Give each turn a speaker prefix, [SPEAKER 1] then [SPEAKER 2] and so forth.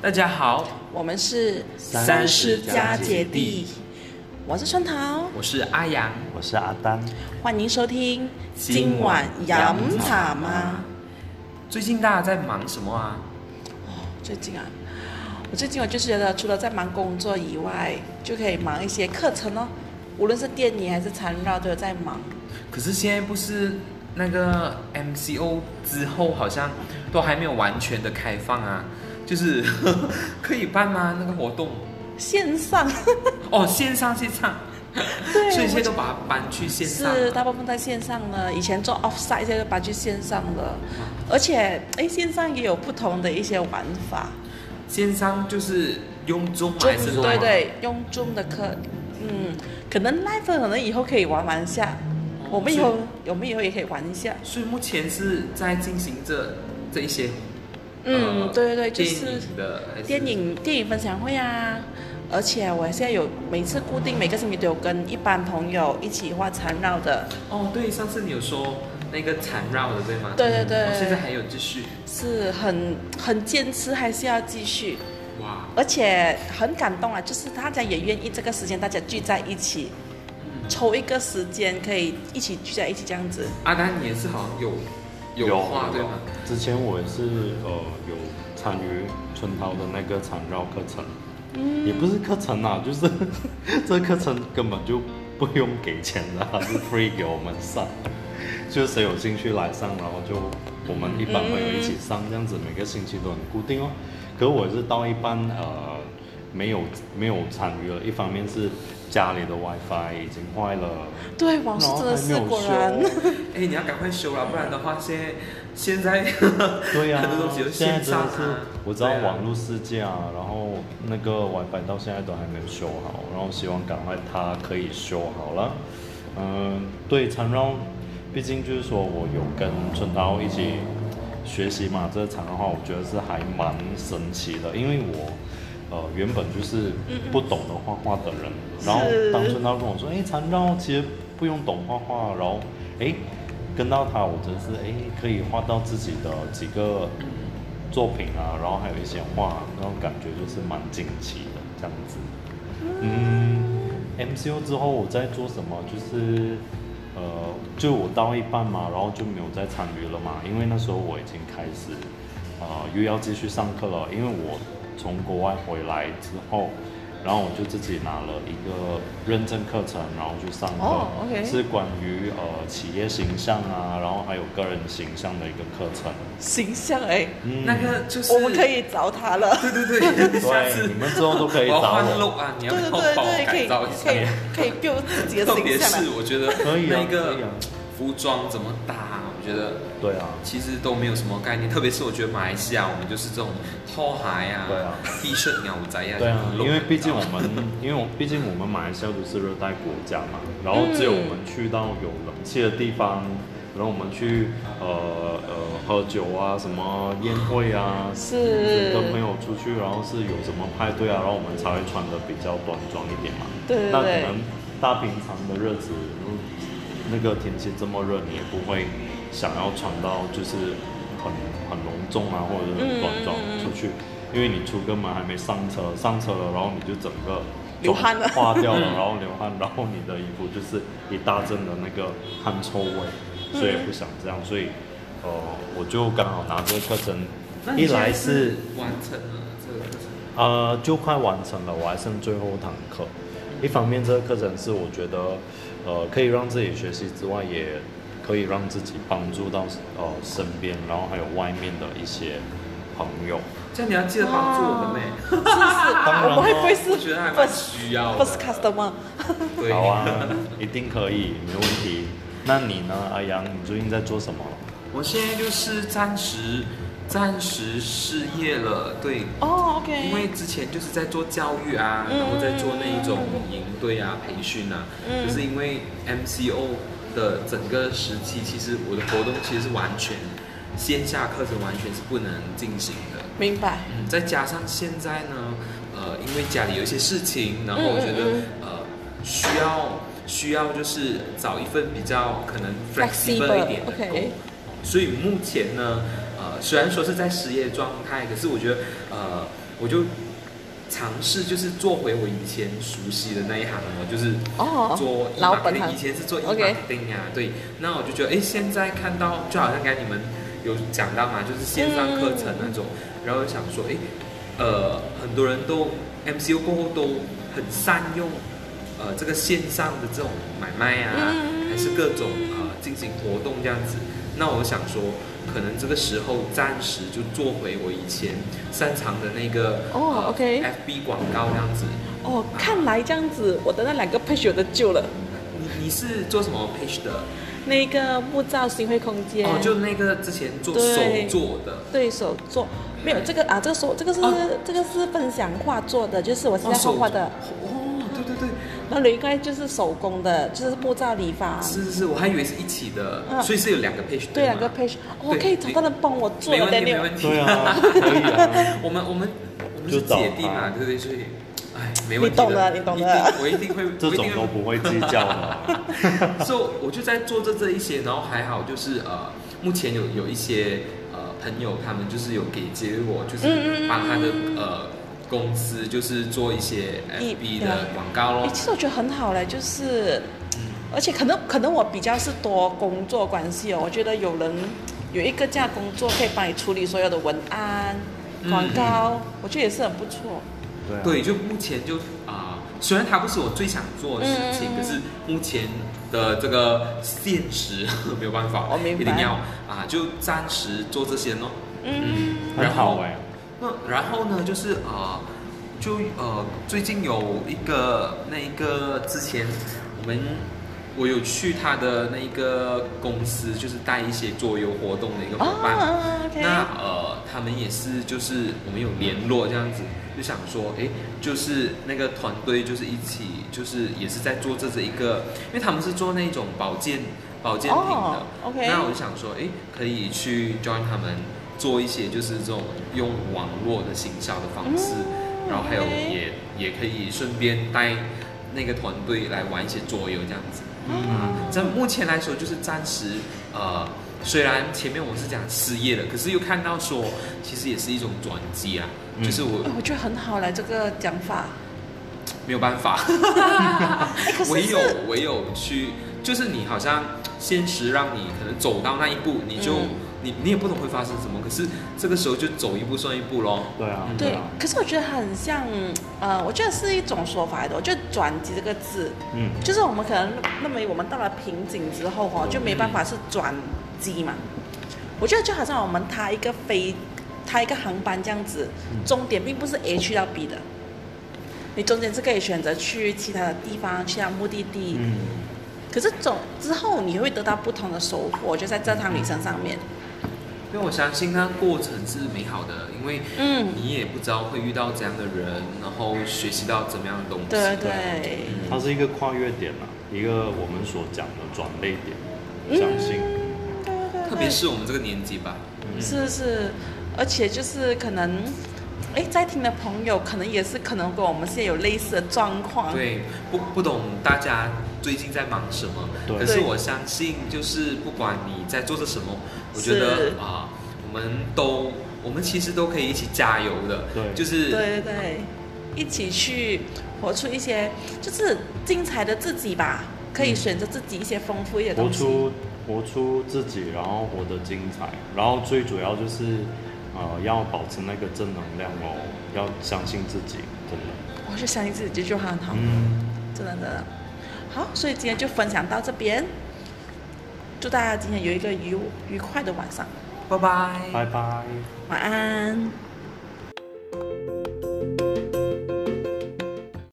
[SPEAKER 1] 大家好，
[SPEAKER 2] 我们是
[SPEAKER 1] 三十加
[SPEAKER 2] 家姐
[SPEAKER 1] 姐
[SPEAKER 2] 弟
[SPEAKER 1] 弟，
[SPEAKER 2] 我是春桃，
[SPEAKER 1] 我是阿阳。
[SPEAKER 3] 我是阿丹，
[SPEAKER 2] 欢迎收听
[SPEAKER 1] 今晚
[SPEAKER 2] 养
[SPEAKER 1] 养
[SPEAKER 2] 塔
[SPEAKER 1] 塔
[SPEAKER 2] 吗
[SPEAKER 1] 吗？最近大家在忙什么啊？
[SPEAKER 2] 最近啊，我最近我就是觉得，除了在忙工作以外，就可以忙一些课程哦，无论是电影还是缠绕都有在忙。
[SPEAKER 1] 可是现在不是那个 MCO 之后，好像都还没有完全的开放啊，就是 可以办吗？那个活动？
[SPEAKER 2] 线上
[SPEAKER 1] 哦，线上线上，
[SPEAKER 2] 对，
[SPEAKER 1] 所以现在
[SPEAKER 2] 我
[SPEAKER 1] 都把它搬去线上。啊
[SPEAKER 2] 是大部分在线上呢，以前做 offsite，现在就搬去线上了，而且哎，线上也有不同的一些玩法。
[SPEAKER 1] 线上就是用 Zoom 还是
[SPEAKER 2] Zoom，对对，用 Zoom 的课，嗯，可能 Live 可能以后可以玩玩一下，
[SPEAKER 1] 哦
[SPEAKER 2] 我们以
[SPEAKER 1] 所以
[SPEAKER 2] 后我们以后也可以玩一下。
[SPEAKER 1] 所以目前是在进行这这一些。
[SPEAKER 2] 嗯，
[SPEAKER 1] 呃
[SPEAKER 2] 对对对，就是
[SPEAKER 1] 电影的还是
[SPEAKER 2] 电影电影分享会啊，而且我现在有每次固定每个星期都有跟一班朋友一起画缠绕的，
[SPEAKER 1] 哦，对，上次你有说那个缠绕的对吗？
[SPEAKER 2] 对对对
[SPEAKER 1] 哦现在还有继续。
[SPEAKER 2] 是很很坚持，还是要继续，
[SPEAKER 1] 哇，
[SPEAKER 2] 而且很感动啊，就是大家也愿意这个时间大家聚在一起，
[SPEAKER 1] 嗯
[SPEAKER 2] 抽一个时间可以一起聚在一起这样子。
[SPEAKER 1] 阿丹你也是好像有有画对吗？？
[SPEAKER 3] 之前我也是呃有参与春涛的那个缠绕课程，也不是课程啊，就是 这课程根本就不用给钱的，是 free 给我们上，就谁有兴趣来上，然后就我们一般朋友一起上，这样子每个星期都很固定哦。可我是到一半呃没有没有参与了，一方面是家里的 WiFi 已经坏了。
[SPEAKER 2] 对，网速真的哦是果然。
[SPEAKER 1] 哎，你要赶快修了，不然的话现在现在
[SPEAKER 3] 对呀、
[SPEAKER 1] 很多东西都
[SPEAKER 3] 现
[SPEAKER 1] 线
[SPEAKER 3] 在真的
[SPEAKER 1] 上
[SPEAKER 3] 是
[SPEAKER 1] 啊。
[SPEAKER 3] 我知道
[SPEAKER 1] 对啊
[SPEAKER 3] 网络世界啊，然后那个 WiFi 到现在都还没有修好，然后希望赶快它可以修好了。嗯、对，缠绕，毕竟就是说我有跟春涛一起学习嘛，这个缠绕的话，我觉得是还蛮神奇的，因为我。呃，原本就是不懂得画画的人，然后
[SPEAKER 2] 是
[SPEAKER 3] 当春涛跟我说，哎，缠绕其实不用懂画画，然后哎，跟到他，我真是哎，可以画到自己的几个作品啊，然后还有一些画，那种感觉就是蛮惊奇的这样子。嗯，MCO 之后我在做什么？就是呃，就我到一半嘛，然后就没有再参与了嘛，因为那时候我已经开始呃又要继续上课了，因为我从国外回来之后。然后我就自己拿了一个认证课程，然后去上课
[SPEAKER 2] 哦，OK
[SPEAKER 3] 是关于呃企业形象啊，然后还有个人形象的一个课程。
[SPEAKER 2] 形象哎、
[SPEAKER 3] 嗯
[SPEAKER 1] 那个就是
[SPEAKER 2] 我们可以找他了。
[SPEAKER 1] 对对对，下
[SPEAKER 3] 对，
[SPEAKER 1] 次
[SPEAKER 3] 你们之后都可以
[SPEAKER 1] 我要
[SPEAKER 3] 找
[SPEAKER 1] 换
[SPEAKER 3] 我。
[SPEAKER 1] look 啊，你
[SPEAKER 2] 对
[SPEAKER 1] 要不要
[SPEAKER 2] 对对
[SPEAKER 1] 帮我
[SPEAKER 2] 对，可
[SPEAKER 1] 改
[SPEAKER 2] 以
[SPEAKER 1] 造一
[SPEAKER 2] 可以
[SPEAKER 1] 下？
[SPEAKER 2] 可以可以 build 自己的
[SPEAKER 1] 特别
[SPEAKER 2] 形象
[SPEAKER 1] 是
[SPEAKER 2] 了。
[SPEAKER 1] 我觉得
[SPEAKER 3] 可以啊
[SPEAKER 1] 那个
[SPEAKER 3] 可以啊
[SPEAKER 1] 服装怎么搭，我觉得
[SPEAKER 3] 对啊，
[SPEAKER 1] 其实都没有什么概念，特别是我觉得马来西亚，我们就是这种拖鞋啊、
[SPEAKER 3] 对啊
[SPEAKER 1] T 恤、牛仔啊，
[SPEAKER 3] 对啊
[SPEAKER 1] 这，种
[SPEAKER 3] 因为
[SPEAKER 1] look
[SPEAKER 3] 毕竟我们，因为我毕竟我们马来西亚都是热带国家嘛，
[SPEAKER 2] 嗯
[SPEAKER 3] 然后只有我们去到有冷气的地方，然后我们去呃呃喝酒啊，什么宴会啊，
[SPEAKER 2] 是
[SPEAKER 3] 跟朋友出去，然后是有什么派对啊，然后我们才会穿的比较端庄一点嘛。
[SPEAKER 2] 对对
[SPEAKER 3] 那可
[SPEAKER 2] 对
[SPEAKER 3] 能大平常的日子，嗯那个天气这么热，你也不会想要穿到就是很很隆重啊，或者是很端庄
[SPEAKER 2] 嗯嗯嗯嗯
[SPEAKER 3] 出去，因为你出个门还没上车，上车了，然后你就整个
[SPEAKER 2] 流汗了
[SPEAKER 3] 化掉了，
[SPEAKER 1] 嗯
[SPEAKER 3] 然后流汗，然后你的衣服就是一大阵的那个汗臭味，所以也不想这样，所以呃，我就刚好拿这个课程
[SPEAKER 1] 那，你
[SPEAKER 3] 一
[SPEAKER 1] 现在
[SPEAKER 3] 来是
[SPEAKER 1] 完成了这个课程。
[SPEAKER 3] 呃，就快完成了，我还剩最后一堂课。一方面，这个课程是我觉得，呃，可以让自己学习之外，也可以让自己帮助到呃身边，然后还有外面的一些朋友。
[SPEAKER 1] 这样你要记得帮助我们呢、
[SPEAKER 3] 当
[SPEAKER 2] 我
[SPEAKER 3] 然
[SPEAKER 2] 们会不会
[SPEAKER 3] 咯，
[SPEAKER 2] 是
[SPEAKER 1] 我觉得还蛮
[SPEAKER 2] first
[SPEAKER 1] 需要的。
[SPEAKER 2] first customer？
[SPEAKER 1] 对，
[SPEAKER 3] 好啊，一定可以，没问题。那你呢，阿阳？你最近在做什么？
[SPEAKER 1] 我现在就是暂时暂时失业了，对，
[SPEAKER 2] 哦，OK、
[SPEAKER 1] 因
[SPEAKER 2] o k
[SPEAKER 1] 为之前就是在做教育啊，
[SPEAKER 2] 嗯
[SPEAKER 1] 然后在做那一种营队啊、培训啊，
[SPEAKER 2] 嗯
[SPEAKER 1] 就是因为 MCO 的整个时期，其实我的活动其实是完全线下课程完全是不能进行的。
[SPEAKER 2] 明白。
[SPEAKER 1] 嗯，再加上现在呢，呃，因为家里有一些事情，然后我觉得
[SPEAKER 2] 嗯嗯
[SPEAKER 1] 呃需要需要就是找一份比较可能
[SPEAKER 2] Flexible，
[SPEAKER 1] flexible 一点的
[SPEAKER 2] OK
[SPEAKER 1] 工。所以目前呢，呃，虽然说是在失业状态，可是我觉得呃。我就尝试就是做回我以前熟悉的那一行哦，就是
[SPEAKER 2] 哦，
[SPEAKER 1] 做
[SPEAKER 2] 老本
[SPEAKER 1] marketing，
[SPEAKER 2] 行
[SPEAKER 1] 以前是做 e
[SPEAKER 2] OK
[SPEAKER 1] marketing 啊，对。那我就觉得，哎，现在看到就好像刚才你们有讲到嘛，就是线上课程那种，
[SPEAKER 2] 嗯
[SPEAKER 1] 然后想说，哎，呃，很多人都 MCU 过后都很善用呃这个线上的这种买卖啊，
[SPEAKER 2] 嗯
[SPEAKER 1] 还是各种呃进行活动这样子。那我想说，可能这个时候暂时就做回我以前擅长的那个
[SPEAKER 2] 哦
[SPEAKER 1] 呃
[SPEAKER 2] OK
[SPEAKER 1] FB 广告这样子。
[SPEAKER 2] 哦，看来这样子，我的那两个 page 有的救了。
[SPEAKER 1] 你你是做什么 page 的？
[SPEAKER 2] 那个木造新会空间，
[SPEAKER 1] 哦，就那个之前做手
[SPEAKER 2] 对
[SPEAKER 1] 做的，
[SPEAKER 2] 对手做，没有这个啊，这个手，这个是、
[SPEAKER 1] 哦
[SPEAKER 2] 这个是分享画作的，就是我现
[SPEAKER 1] 哦
[SPEAKER 2] 在画
[SPEAKER 1] 手
[SPEAKER 2] 画的。
[SPEAKER 1] 哦，对对对，
[SPEAKER 2] 那有一块就是手工的，就是木造理发，
[SPEAKER 1] 是是是，我还以为是一起的，
[SPEAKER 2] 嗯
[SPEAKER 1] 所以是有两个 page
[SPEAKER 2] 对两
[SPEAKER 1] 吗
[SPEAKER 2] 个 page，我、
[SPEAKER 1] 对
[SPEAKER 2] 可以找到人帮我做
[SPEAKER 1] 没
[SPEAKER 2] 的
[SPEAKER 1] 问题没
[SPEAKER 2] Daniel。
[SPEAKER 1] 问题，
[SPEAKER 3] 对啊，可以啊，
[SPEAKER 1] 我们我们我们
[SPEAKER 3] 就是找
[SPEAKER 1] 姐弟嘛，
[SPEAKER 3] 他
[SPEAKER 1] 对对所以，哎，没问题
[SPEAKER 2] 你懂的你懂的
[SPEAKER 1] 一定我一定会，
[SPEAKER 3] 这
[SPEAKER 1] 我一
[SPEAKER 3] 种
[SPEAKER 1] 定
[SPEAKER 3] 都
[SPEAKER 1] 会
[SPEAKER 3] 不会计较 的。
[SPEAKER 1] 所以我就在做这这一些，然后还好就是呃，目前有有一些呃朋友，他们就是有给接我，就
[SPEAKER 2] 嗯嗯
[SPEAKER 1] 是
[SPEAKER 2] 嗯
[SPEAKER 1] 帮他
[SPEAKER 2] 嗯
[SPEAKER 1] 的呃公司就是做一些
[SPEAKER 2] 一
[SPEAKER 1] FB
[SPEAKER 2] 对啊
[SPEAKER 1] 的广告
[SPEAKER 2] 诶
[SPEAKER 1] 咯。
[SPEAKER 2] 其实我觉得很好嘞，就是，而且可能可能我比较是多工作关系哦，我觉得有人有一个这样工作可以帮你处理所有的文案、
[SPEAKER 1] 嗯
[SPEAKER 2] 广告，我觉得也是很不错。
[SPEAKER 3] 对啊，
[SPEAKER 1] 对，就目前就啊、虽然它不是我最想做的事情，
[SPEAKER 2] 嗯嗯嗯
[SPEAKER 1] 可是目前的这个现实 没有办法，
[SPEAKER 2] 我明白
[SPEAKER 1] 一定要啊、就暂时做这些咯。
[SPEAKER 2] 嗯，
[SPEAKER 3] 很好哎、
[SPEAKER 1] 那然后呢，就是呃，就呃，最近有一个那一个之前我们我有去他的那一个公司，就是带一些桌游活动的一个伙伴。
[SPEAKER 2] 哦，OK，
[SPEAKER 1] 嗯那呃，他们也是就是我们有联络这样子，就想说，诶，就是那个团队就是一起，就是也是在做这这一个，因为他们是做那种保健保健品的
[SPEAKER 2] 哦，OK，
[SPEAKER 1] 那我就想说，诶，可以去 join 他们做一些就是这种用网络的行销的方式，
[SPEAKER 2] 嗯
[SPEAKER 1] 然后还有
[SPEAKER 2] OK
[SPEAKER 1] 也也可以顺便带那个团队来玩一些桌游这样子。啊，在目前来说，就是暂时，呃，虽然前面我是讲失业了，可是又看到说，其实也是一种转机啊，
[SPEAKER 3] 嗯
[SPEAKER 1] 就是我
[SPEAKER 2] 哎我觉得很好嘞，这个讲法。
[SPEAKER 1] 没有办法，
[SPEAKER 2] 哎，可 是
[SPEAKER 1] 唯有
[SPEAKER 2] 是
[SPEAKER 1] 唯有去，就是你好像现实让你可能走到那一步，你就、
[SPEAKER 2] 嗯
[SPEAKER 1] 你你也不懂会发生什么，可是这个时候就走一步算一步咯。
[SPEAKER 3] 对啊，
[SPEAKER 1] 嗯
[SPEAKER 2] 对
[SPEAKER 3] 啊，，
[SPEAKER 2] 可是我觉得很像，呃，我觉得是一种说法来的。我觉得“转机”这个字，
[SPEAKER 3] 嗯，
[SPEAKER 2] 就是我们可能认为我们到了瓶颈之后哦，就没办法是转机嘛。我觉得就好像我们搭一个飞，搭一个航班这样子，
[SPEAKER 3] 嗯
[SPEAKER 2] 终点并不是 A 去到 B 的，你中间是可以选择去其他的地方，去到目的地。
[SPEAKER 3] 嗯，
[SPEAKER 2] 可是总之后你会得到不同的收获，我觉得在这趟旅程上面，
[SPEAKER 1] 因为我相信那过程是美好的，因为
[SPEAKER 2] 嗯，
[SPEAKER 1] 你也不知道会遇到怎样的人，然后学习到怎么样的东西。
[SPEAKER 2] 对
[SPEAKER 3] 对
[SPEAKER 2] 对，
[SPEAKER 1] 嗯
[SPEAKER 3] 它是一个跨越点啊，一个我们所讲的转类点，
[SPEAKER 2] 嗯
[SPEAKER 3] 我相信，
[SPEAKER 2] 对对对，
[SPEAKER 1] 特别是我们这个年纪吧，嗯
[SPEAKER 2] 是是，而且就是可能，哎，在听的朋友可能也是可能跟我们现在有类似的状况。，
[SPEAKER 1] 对，不不懂大家最近在忙什么，
[SPEAKER 3] 对
[SPEAKER 1] 可是我相信，就是不管你在做着什么，我觉
[SPEAKER 2] 是
[SPEAKER 1] 得啊、我们都，我们其实都可以一起加油的，
[SPEAKER 3] 对
[SPEAKER 1] 就是
[SPEAKER 2] 对对对，一起去活出一些就是精彩的自己吧，可以
[SPEAKER 1] 嗯
[SPEAKER 2] 选择自己一些丰富一点的
[SPEAKER 3] 活
[SPEAKER 2] 东西。
[SPEAKER 3] 出活出自己，然后活得精彩，然后最主要就是，呃，要保持那个正能量哦，要相信自己，真的，
[SPEAKER 2] 我就相信自己，这句话很好，
[SPEAKER 3] 嗯，
[SPEAKER 2] 真的真的。好，所以今天就分享到这边，祝大家今天有一个愉愉快的晚上，
[SPEAKER 1] 拜拜
[SPEAKER 3] 拜拜。
[SPEAKER 2] 晚安。